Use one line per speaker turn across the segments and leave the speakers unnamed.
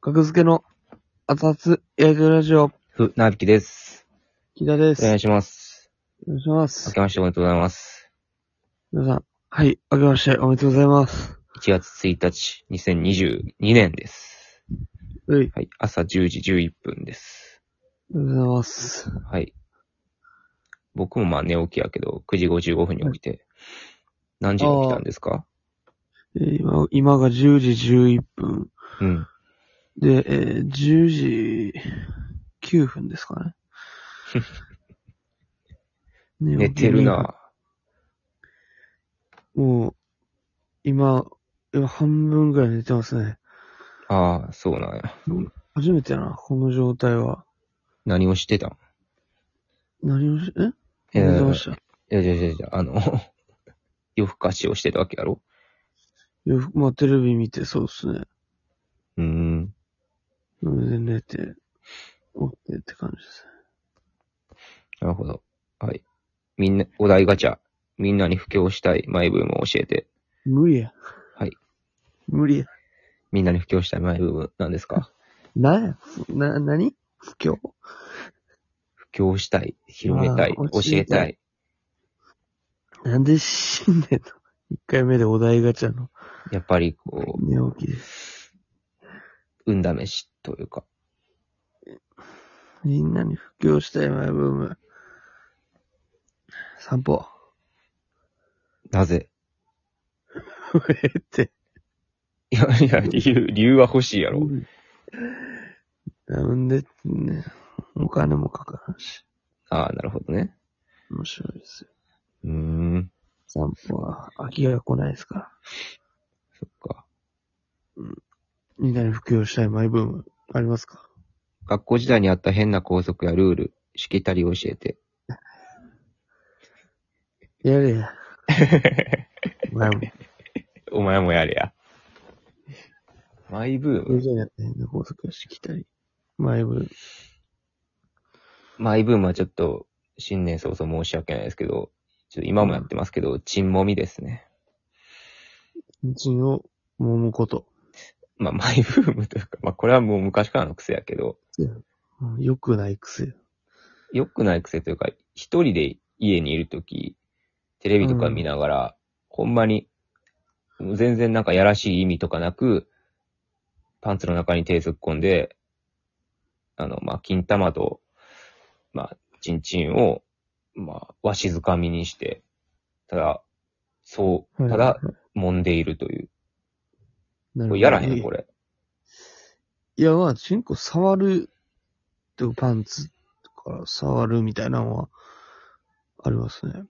格付けの熱々焼いてるラジオ、
ふ、なびきです。
木田です。
お願いします。
お願いしま
明
す。
けましておめでとうございます。
皆さん、はい、明けましておめでとうございます。
1月1日、2022年です。
うい、
はい。朝10時11分です。
おめでとうございます。
はい。僕もまあ寝起きやけど、9時55分に起きて、何時に起きたんですか
えー今、今が10時11分。
うん。
で、えー10時9分ですかね。 ね
寝てる。な
もう、今、今半分ぐらい寝てますね。
ああ、そうなんや。
初めてやな、この状態は。
何をしてたん
何をし、え
え
寝て
ー
ました。
いやいやいやいや、あの、 夜更かしをしてたわけやろ
よくまあ、テレビ見て、そうですね。
うーん。
それで寝て、起きてって感じです
なるほど。はい。みんな、お題ガチャ。みんなに布教したいマイブームを教えて。
ね。無理や。
はい。
無理や。
みんなに布教したいマイブームなんですか
なんやな、なに不況
布教したい、広めたい、
あー
教えたい。
なんで死んでんの一回目でお題ガチャの
やっぱりこ
寝起きです。
う、運試しというか、
みんなに布教したいマイブーム。散歩。
なぜ
ええって。
いやいや、理由、理由は欲しいやろ。
なんで、ね、お金もかかるし。
ああ、なるほどね。
面白いですよ。
うーん、
散歩は飽きが来ないですから。
そっか。
みんなに布教したいマイブーム、ありますか
学校時代にあった変な校則やルール、しきたりを教えて。
やれ や。お前も。
お前もやれや。マイブーム
じゃやった変な拘束をしてきたり。前部。
マイブームはちょっと、新年早々申し訳ないですけど、ちょっと今もやってますけど、沈もみですね。
人を揉むこと。
まあ、マイブームというか、まあ、これはもう昔からの癖やけど、
うん良くない癖。
良くない癖というか、一人で家にいるとき、テレビとか見ながら、ほんまに、全然なんかやらしい意味とかなく、パンツの中に手突っ込んで、あの、まあ、金玉と、まあ、チンチンを、まあ、わしづかみにして、ただ、そう、ただ
は、
揉んでいるという。
い、な
これやらへん
い
これ。
いや、まあ、チンコ触る、とパンツから触るみたいなのは、ありますね。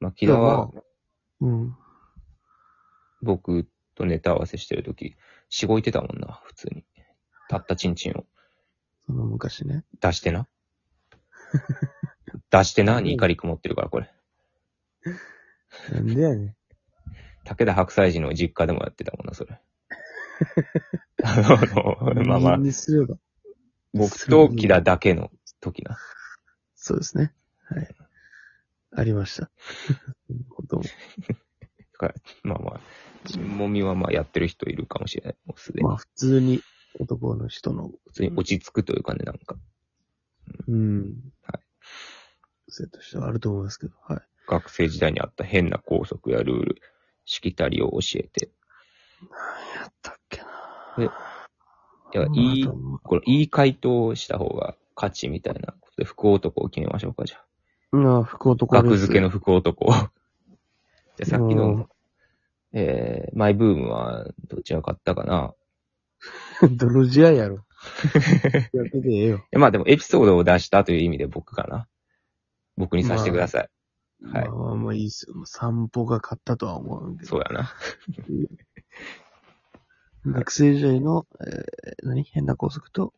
まあ、木田は、
うん。
僕とネタ合わせしてるとき、しごいてたもんな、普通に。たったチンチンを。
その昔ね。
出してな。 出してなに怒り曇ってるから、これ。
なんでやねん。
武田白菜寺の実家でもやってたもんな、そ れ。あの、 まあまあ
人、にすれば。
僕と木田だけの時な。
そうですね。はい。ありました。 そういうことも。
まあまあ、人もみはまあやってる人いるかもしれない。もうすでに
まあ、。普通に男の人の
普通に落ち着くというかね、なんか。
うん。。
はい
癖としてはあると思いますけど、はい。
学生時代にあった変な校則やルール、しきたりを教えて。
やったっけな
えいや
うん
いい
あと思
これ、いい回答をした方が勝ちみたいなことで、福男を決めましょうか、じゃあ。
ううんあ、福男
額付け
の。
の福男を。じゃあさっき
う
の
ん、
えー、マイブームはどちらかったかな。
泥仕合や ろ。やっててええよ。
えまあでもエピソードを出したという意味で僕かな。僕にさせてください。はい
まあまあまあいいっすよ。散歩が勝ったとは思うんで。
そうやな。
学生時代の、えー、何変な校則と、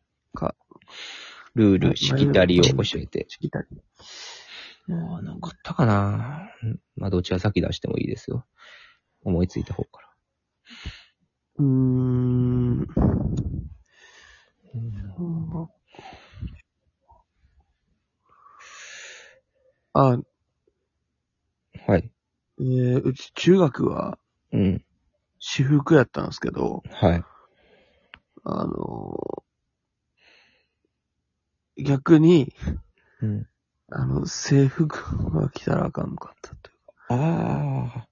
ルール、しきたりを教えて。
しきたり。
あなんかあったかな。うんまあどちら先出してもいいですよ。思いついた方から。
うーん。あ、
はい。
えー、うち中学は
うん。
私服やったんですけど、
はい。
あのー逆に、
うん。
あの、制服が着たらあかんかったとい
ああ。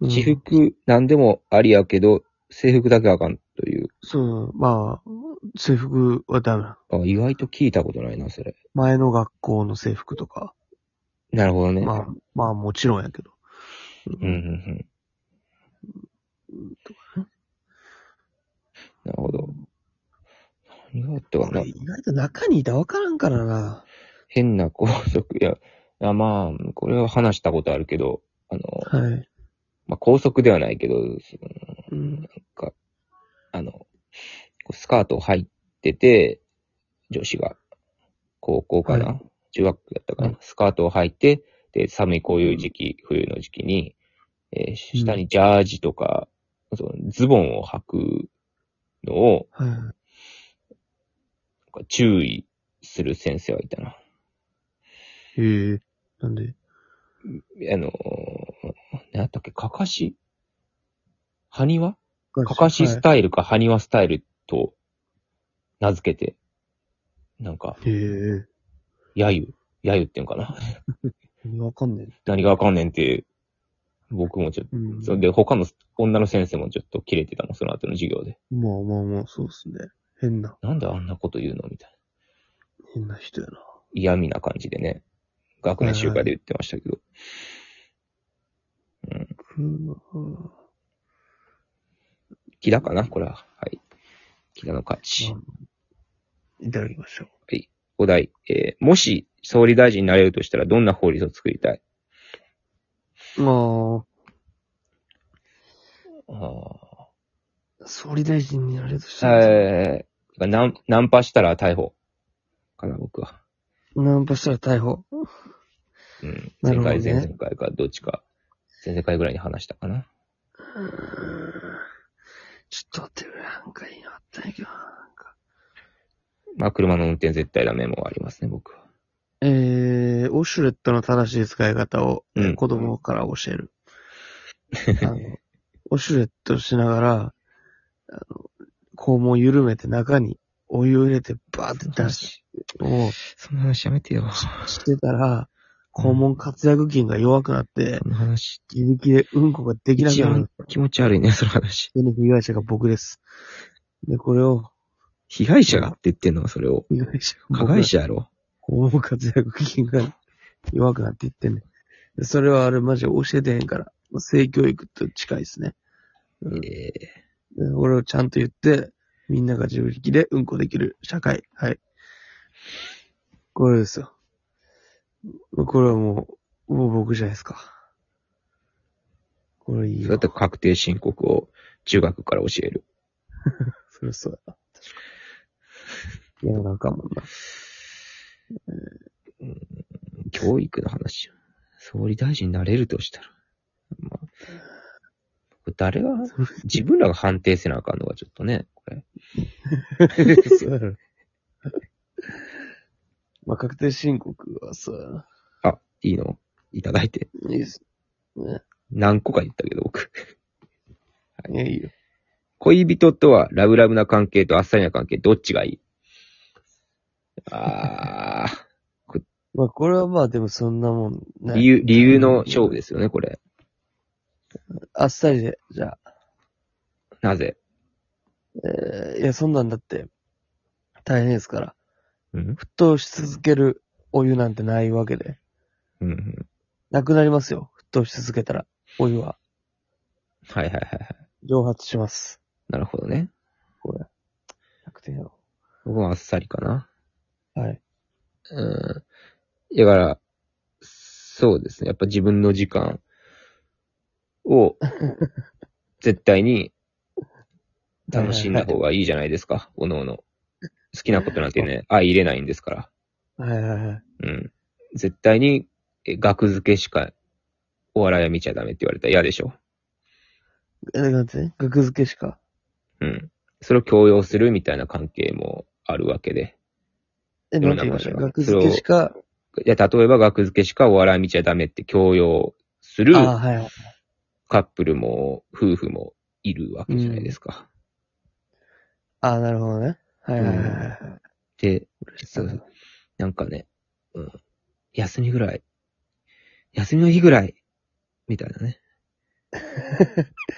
う。うん
私服、なんでもありやけど、制服だけはあかんという。
そう、まあ、制服はダメなの。
あ意外と聞いたことないな、それ。
前の学校の制服とか。
なるほどね。
まあ、まあもちろんやけど。
うん、うん、うん。なるほど。何があったか
こ
な
れ。意外と中にいたらわからんからな。
変な校則。いや、いやまあ、これは話したことあるけど、あの、
はい。
まあ、校則ではないけど、その
うん。
あの、こうスカートを履いてて、女子が、高校かな、
は
中学だったかな、
うん
スカートを履いて、で、寒いこういう時期、冬の時期に、えー
うん
下にジャージとか、そのズボンを履くのを、
はい。
なんか注意する先生はいたな。
へえ。なんで
あのー、何だったっけ、かかし埴輪かかしス
タ
タイルか埴輪スタイルと名付けて、なんか、
へえ。
やゆ、やゆっていうんかな。
何わかんねえ。
何がわかんねんって、僕もちょっ
うん
と、それで他の女の先生もちょっとキレてたの、その後の授業で。
まあまあまあ、そうっすね。変な、
なんであんなこと言うのみたいな。
変な人やな。
嫌味な感じでね、学年集会で言ってましたけど。
車
木田かなこれは。はい。木田の勝ち。
いただきましょう。
お題、えーもし総理大臣になれるとしたらどんな法律を作りたい
ま
あー
あ、総理大臣になれるとしたら、
えー、ナンナンパしたら逮捕かな、僕は。
ナンパしたら逮捕。
うん。
な
前
るほど
回、
ね
前々回か、どっちか、前々回ぐらいに話したかな。
うーんちょっと待ってくれ、なんかいいのあったんやけどな、なんか。
まあ、車の運転絶対ダメもありますね、僕は。
えー、ウォシュレットの正しい使い方を
うん
子供から教える。あの、 ウォシュレットしながら、あの、肛門緩めて中にお湯を入れてバーって出しを
その話やめてよ。
してたら、肛門活躍筋が弱くなって、
の話、
自力でうんこができなくなる。
気持ち悪いね、その話。
で、被害者が僕です。で、これを、
被害者がって言ってんのそれを。
被害者が
加
僕
害
が
者やろ。
肛門活躍筋が弱くなっていってんねん。でそれはあれマジで教えてへんから、性教育と近いですね。うんで
ええ
俺をちゃんと言って、みんなが自力でうんこできる社会。はい。これですよ。これはもう、もう僕じゃないですか。これいい
そ
よ
うやって確定申告を中学から教える。
そりゃそうやな。確かに。いや、なんかもんな。
教育の話。総理大臣になれるとしたら。まあ、誰が、自分らが判定せなあかんのがちょっとね、これ。
そうやろ。 まあ、確定申告はそうやな。
あ、いいのいただいて。
いいです。
何個か言ったけど、僕。
いや、いいよ。
恋人とはラブラブな関係とあっさりな関係、どっちがいいああ、
まあ、これはまあ、でもそんなもん、 ね。
理由、理由の勝負ですよね、これ。
あっさりで、じゃあ。
なぜ
えーいや、そんなんだって、大変ですから。
うん
沸騰し続けるお湯なんてないわけで。
うんうん。
なくなりますよ。沸騰し続けたら。お湯は
はいはいはいはい。
蒸発します。
なるほどね。
これ。100点やろ。
僕はあっさりかな。
はい。
うん。だから、そうですね。やっぱ自分の時間 を、絶対に楽しんだ方がいいじゃないですか。おのおの。好きなことなんてね、相入れないんですか
は
ら。
いはいはい。
うん。絶対に、え額付けしか、お笑いは見ちゃダメって言われたら嫌でしょ。
え、だからね、額付けしか。
うん。それを強要するみたいな関係もあるわけで。
え、なんて言いました
世の中
額
の
付けしか。
いや、例えば額付けしかお笑い見ちゃダメって強要する
ああ、はいはい。
カップルも、夫婦もいるわけじゃないですか。
ああ、なるほどね。はいはいはいはい。
で、
そ
そうう
そ
そうう。なんかね、うん。休みぐらい、休みの日ぐらい、みたいな ね。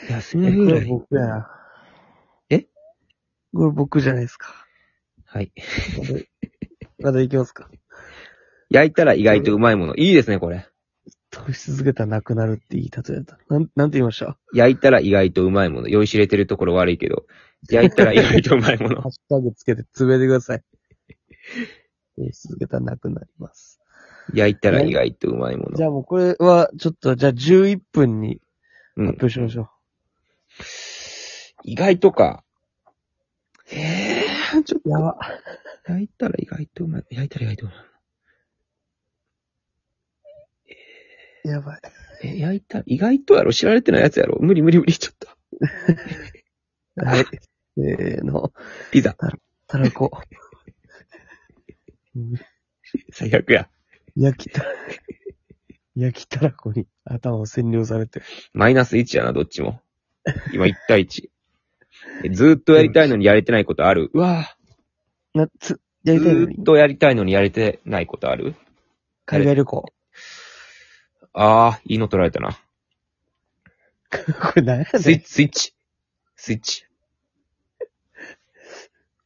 休みの
え
日
こ
ぐ
れ僕
らい。
やな。
え
これ僕じゃないですか。
はい。
まだ行きますか。
焼いたら意外とうまいもの。いいですね、これ。
飛び続けたらなくなるっていい例えだった。なん、なんて言いました
焼いたら意外とうまいもの。酔いしれてるところ悪いけど、焼いたら意外とうまいもの
ハ。ッシュタグつけてつぶやいてください。飛び続けたらなくなります。
焼いたら意外とうまいも
じ
の。
ゃあもうこれは、ちょっと、じゃあ11分に
う
発
ん。
表しましょう。
意外とか。えー、ちょっ
やば。
と、焼いたら意外とうまい。焼いたら意外とうまい。
やばい。
え、焼いた、意外とやろ知られてないやつやろ無理無理無理、ちょっと。
はい。せーの。
ピザ。
たらこ。
最悪や。
焼きた、 焼きたらこに頭を占領されて。
マイナス1やな、どっちも。今1対1。えずーっとやりたいのにやれてないことあるうわ
な、つ、
ぁ。
やり
ず
たいのに
ーっとやりたいのにやれてないことある
海外旅行。
あー、いいの取られたな。
これ何や
スイ
ね
ッチ、スイッチ。スイッチ。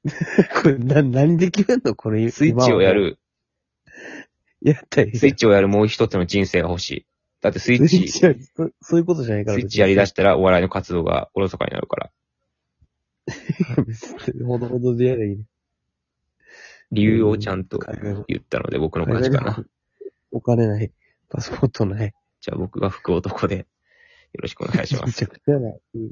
ん。これな、何で決めんのこれ
スイッチをや。る。
やったらいい
ス
じゃ
イ
ん
ッチをやるもう一つの人生が欲しい。だってスイッ
スイ
チ、
ッチ
スイ
やる。そそういうことじゃないから。
ッチやりだ
し。
したらお笑いの活動がおろそかになるから。
ほどほどでやればいいね。
理由をちゃんと
海外旅行
言ったので僕の勝ちかな。。
お金ない。パスポートない。
じゃあ僕が福男でよろしくお願いします。
めちゃくちゃない。いいね